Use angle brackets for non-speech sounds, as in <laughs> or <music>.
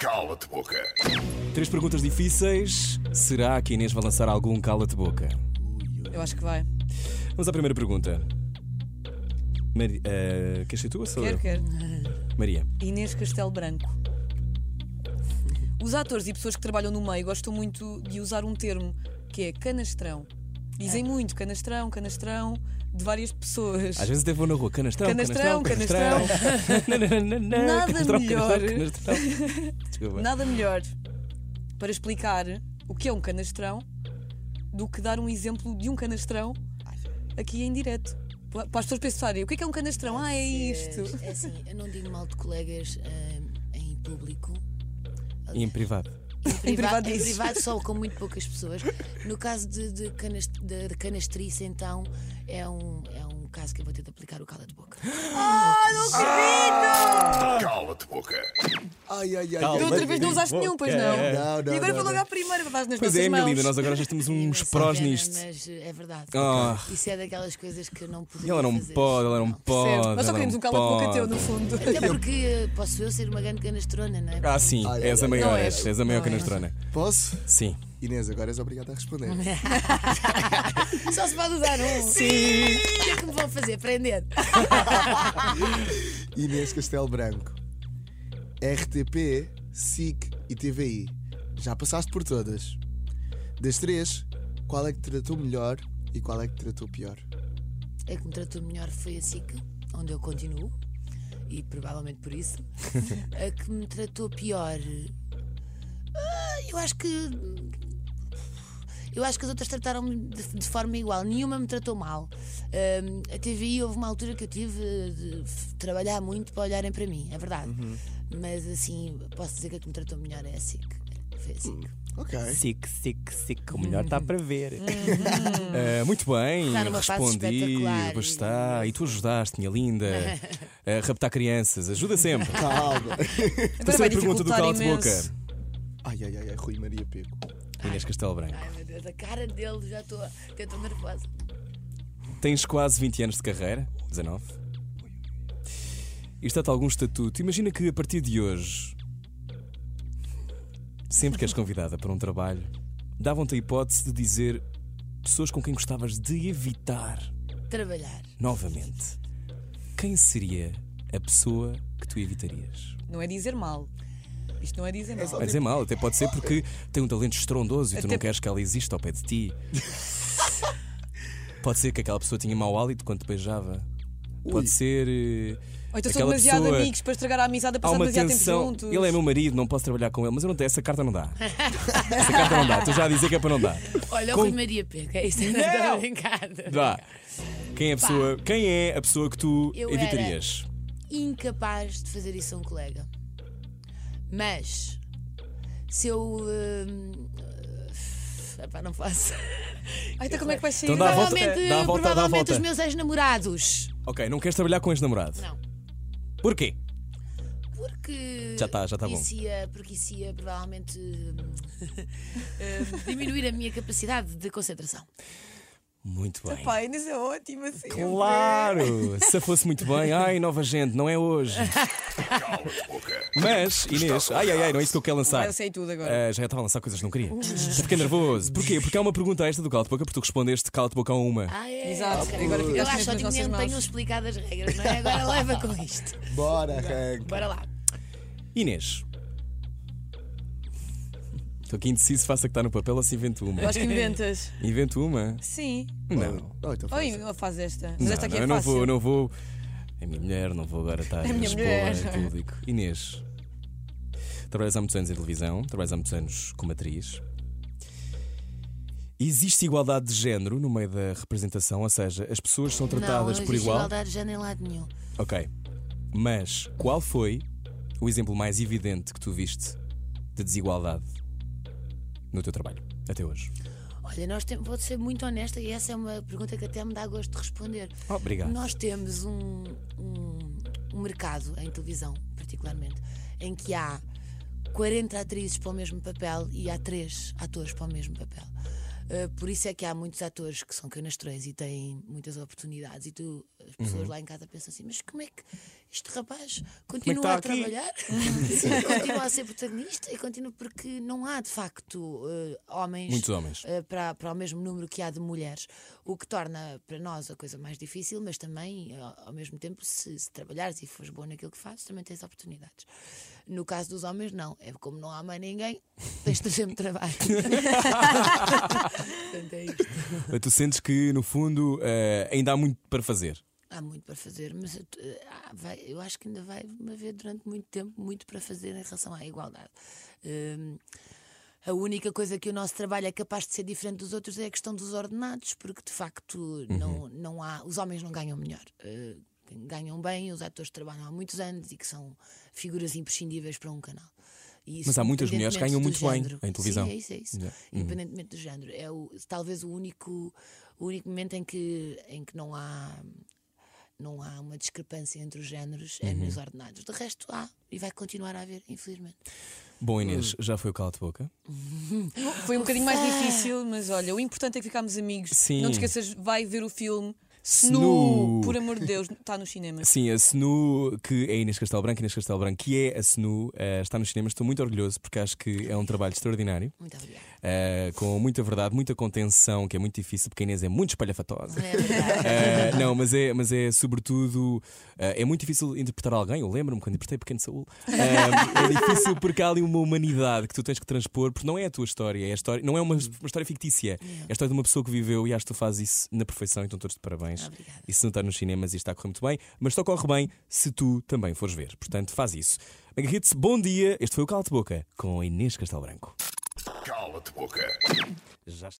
Cala-te boca. Três perguntas difíceis. Será que Inês vai lançar algum cala-te boca? Eu acho que vai. Vamos à primeira pergunta. Mari... eh, queres ser tu ou sou Quer, eu? quer. Maria. Inês Castelo Branco. Os atores e pessoas que trabalham no meio gostam muito de usar um termo que é canastrão. Dizem É. muito canastrão, canastrão, de várias pessoas. Às vezes até vou na rua. Canastrão, Canastrão, canastrão. <laughs> Nada Canastrão, melhor. canastrão, canastrão. Desculpa. Nada melhor para explicar o que é um canastrão do que dar um exemplo de um canastrão aqui em direto. Pa- Para as pessoas pensarem, o que é que é um canastrão? Ah, é isto. É assim, eu não digo mal de colegas ah, em <laughs> público. E em privado. Em privado privado, em dizes. privado só com muito poucas pessoas. No caso de, de, canas- de- de canastrice, então, é um, é um caso que eu vou ter de aplicar o cala de boca. Ah! Cala-te boca. Ai, ai, ai. Calma. Da ai. outra vez não usaste nenhum, pois não. É. Não, não, e agora não, foi logo não. à primeira, vais nas Pois nossas é, minha mãos. linda, nós agora já temos uns Imensa prós pena, nisto. Mas eh, é verdade. Ah. Isso é daquelas coisas que eu não podia. E Ela não fazer. pode, ela não Não. pode. Nós só ela queremos não um cala-boca teu, no pode. fundo. Até porque eh, posso eu ser uma grande canastrona, não é? Ah, sim, Ai, ai, és a ai. maior, Não é. és. és, és a maior Não és. canastrona. Posso? Sim. Inês, agora és obrigada a responder. <laughs> Só se pode usar um. Sim! O que é que me vão fazer? Prender. Inês Castelo Branco. RTP, SIC e TVI. Já passaste por todas. Das três, qual é que te tratou melhor e qual é que te tratou pior? A que me tratou melhor foi a SIC, onde eu continuo, e provavelmente por isso. a que me tratou pior. ah, eu acho que. Eu acho que as outras trataram-me de, de forma igual, nenhuma me tratou mal. Ahm, a TVI houve uma altura que eu tive eh, de f- trabalhar muito para olharem para mim, é verdade. Mas assim, posso dizer que a que me tratou melhor é a SIC. Foi a SIC. Ok. Sic, sic, sic, o melhor está para ver. Ah, muito bem, Está numa fase respondi, espetacular. pois está. E tu ajudaste, minha <laughs> linda, a raptar crianças, ajuda sempre. Calma. Agora vai Terceira pergunta do dificultar Cala de Boca. imenso. Ai, ai, ai, ai, Rui Maria Pego. Inês Castelo Branco. Ai meu Deus, a cara dele, já estou até estou nervosa. Tens quase 20 anos de carreira, 19. E está-te algum estatuto. Imagina que a partir de hoje, sempre que és convidada para um trabalho, davam-te a hipótese de dizer pessoas com quem gostavas de evitar Trabalhar. novamente. Quem seria a pessoa que tu evitarias? Não é dizer mal. Isto não é dizer mal. Vai dizer mal, até pode ser porque tem um talento estrondoso e tu Até- não queres que ela exista ao pé de ti. Pode ser que aquela pessoa tinha mau hálito quando te beijava. Pode ser. eh, Ou então são aquela demasiado pessoa- amigos para estragar a amizade a Há passar uma demasiado tempo tensão. juntos. Ele é meu marido, não posso trabalhar com ele, mas eu não tenho. Essa carta não dá. Essa carta não dá. Estou já a dizer que é para não dar. Olha, o Rui Maria Pega, isto é <laughs> não está brincado. Vá. Quem é a pessoa, quem é a pessoa que tu Eu era- evitarias? Incapaz de fazer isso a um colega. Mas se eu. hum, eh, epá, não faço. Ai, então como é que vai sair? Então dá a volta. provavelmente dá a volta, dá a provavelmente volta. os meus ex-namorados. Ok, não queres trabalhar com ex-namorado? Não. Porquê? Porque. Já tá- já tá bom. Isso ia, porque isso ia provavelmente hum, <laughs> hum, diminuir a minha capacidade de concentração. Muito bem. Pai, Inês é ótima assim. Claro! Se fosse muito bem, ai, nova gente, não é hoje. Cala-te boca. Mas, Inês, ai, ai, ai, não é isso que eu quero lançar. Eu sei tudo agora. Ah, já estava a lançar coisas que não queria. Já Fiquei nervoso. Porquê? Porque há uma pergunta a esta do Cala de Boca, porque tu respondeste Cala de Boca a uma. Ah, é? Exato. Ok. Agora ficaste Eu acho mesmo só nas que nem nossas mãos. tenham explicado as regras, não é? Agora leva com isto. Bora, arranca. Bora lá. Inês. Estou aqui indeciso, faça que está no papel ou se invento uma. Eu acho que inventas. Invento uma? Sim. Não. Oh, então Oi, faz. faz esta. Mas Não, esta aqui não, é eu não fácil. É vou, não vou. É minha mulher, não vou agora estar <laughs> a minha expor mulher. em público. Inês, trabalhas há muitos anos em televisão, trabalhas há muitos anos como atriz. Existe igualdade de género no meio da representação, ou seja, as pessoas são tratadas não, por existe igual. igualdade já nem lado nenhum. Ok. Mas qual foi o exemplo mais evidente que tu viste de desigualdade no teu trabalho até <laughs> hoje? Olha, nós temos, vou ser muito honesta e essa é uma pergunta que até me dá gosto de responder. Obrigado. Nós temos um, um- um mercado em televisão, particularmente, em que há 40 atrizes para o mesmo papel e há 3 atores para o mesmo papel. Uh, por isso é que há muitos atores que são canastrões e têm muitas oportunidades. E tu, as pessoas Uhum. lá em casa pensam assim: mas como é que este rapaz continua tá a aqui?" <laughs> trabalhar? continua a ser protagonista e continua porque não há de facto uh, homens, Muitos homens. uh, para, para o mesmo número que há de mulheres. O que torna para nós a coisa mais difícil, mas também, eh, ao, ao mesmo tempo, se, se trabalhares e fores bom naquilo que fazes, também tens oportunidades. No caso dos homens, não. É como não há mais ninguém, tens de sempre trabalho. <laughs> Portanto, é isto. Tu sentes que, no fundo, eh, ainda há muito para fazer. Há muito para fazer, mas eu, t- ah, vai- eu acho que ainda vai haver durante muito tempo muito para fazer em relação à igualdade. Hum, a única coisa que o nosso trabalho é capaz de ser diferente dos outros é a questão dos ordenados, porque de facto Uhum. não, não há. Os homens não ganham melhor. Eh, ganham bem, os atores trabalham há muitos anos e que são figuras imprescindíveis para um canal. E isso Mas há muitas mulheres que ganham independentemente muito bem do género. em televisão. Uhum. Sim, é isso, é isso. Yeah. Independentemente do género. É o, talvez o único, o único momento em que, em que não há. Não há uma discrepância entre os géneros é nos ordenados. De resto, há e vai continuar a haver, infelizmente. Bom, Inês, Hum. já foi o cala de boca? Foi um bocadinho mais difícil, mas olha, o importante é que ficámos amigos. Sim. Não te esqueças, vai ver o filme Snu. Snu, por amor de Deus, está nos cinemas. Sim, a Senu, que é Inês Castelo Branco, Inês Castelo Branco, que é a Senu, eh, está nos cinemas. Estou muito orgulhoso porque acho que é um trabalho extraordinário, Muito obrigada. <laughs> eh, com muita verdade, muita contenção, que é muito difícil, porque a Inês é muito espalhafatosa. É verdade. Eh, não, mas é, mas é sobretudo. eh, é muito difícil interpretar alguém. Eu lembro-me quando interpretei Pequeno Saúl. Eh, é difícil porque há ali uma humanidade que tu tens que transpor, porque não é a tua história. É a história não é uma, uma história fictícia. É a história de uma pessoa que viveu e acho que tu fazes isso na perfeição. Então, todos de parabéns. Obrigada. E se não está nos cinemas, isto está a correr muito bem. Mas só corre bem se tu também fores ver. Portanto, faz isso. Hits, bom dia. Este foi o Cala de Boca com a Inês Castelo Branco. Cala-te boca. Já está.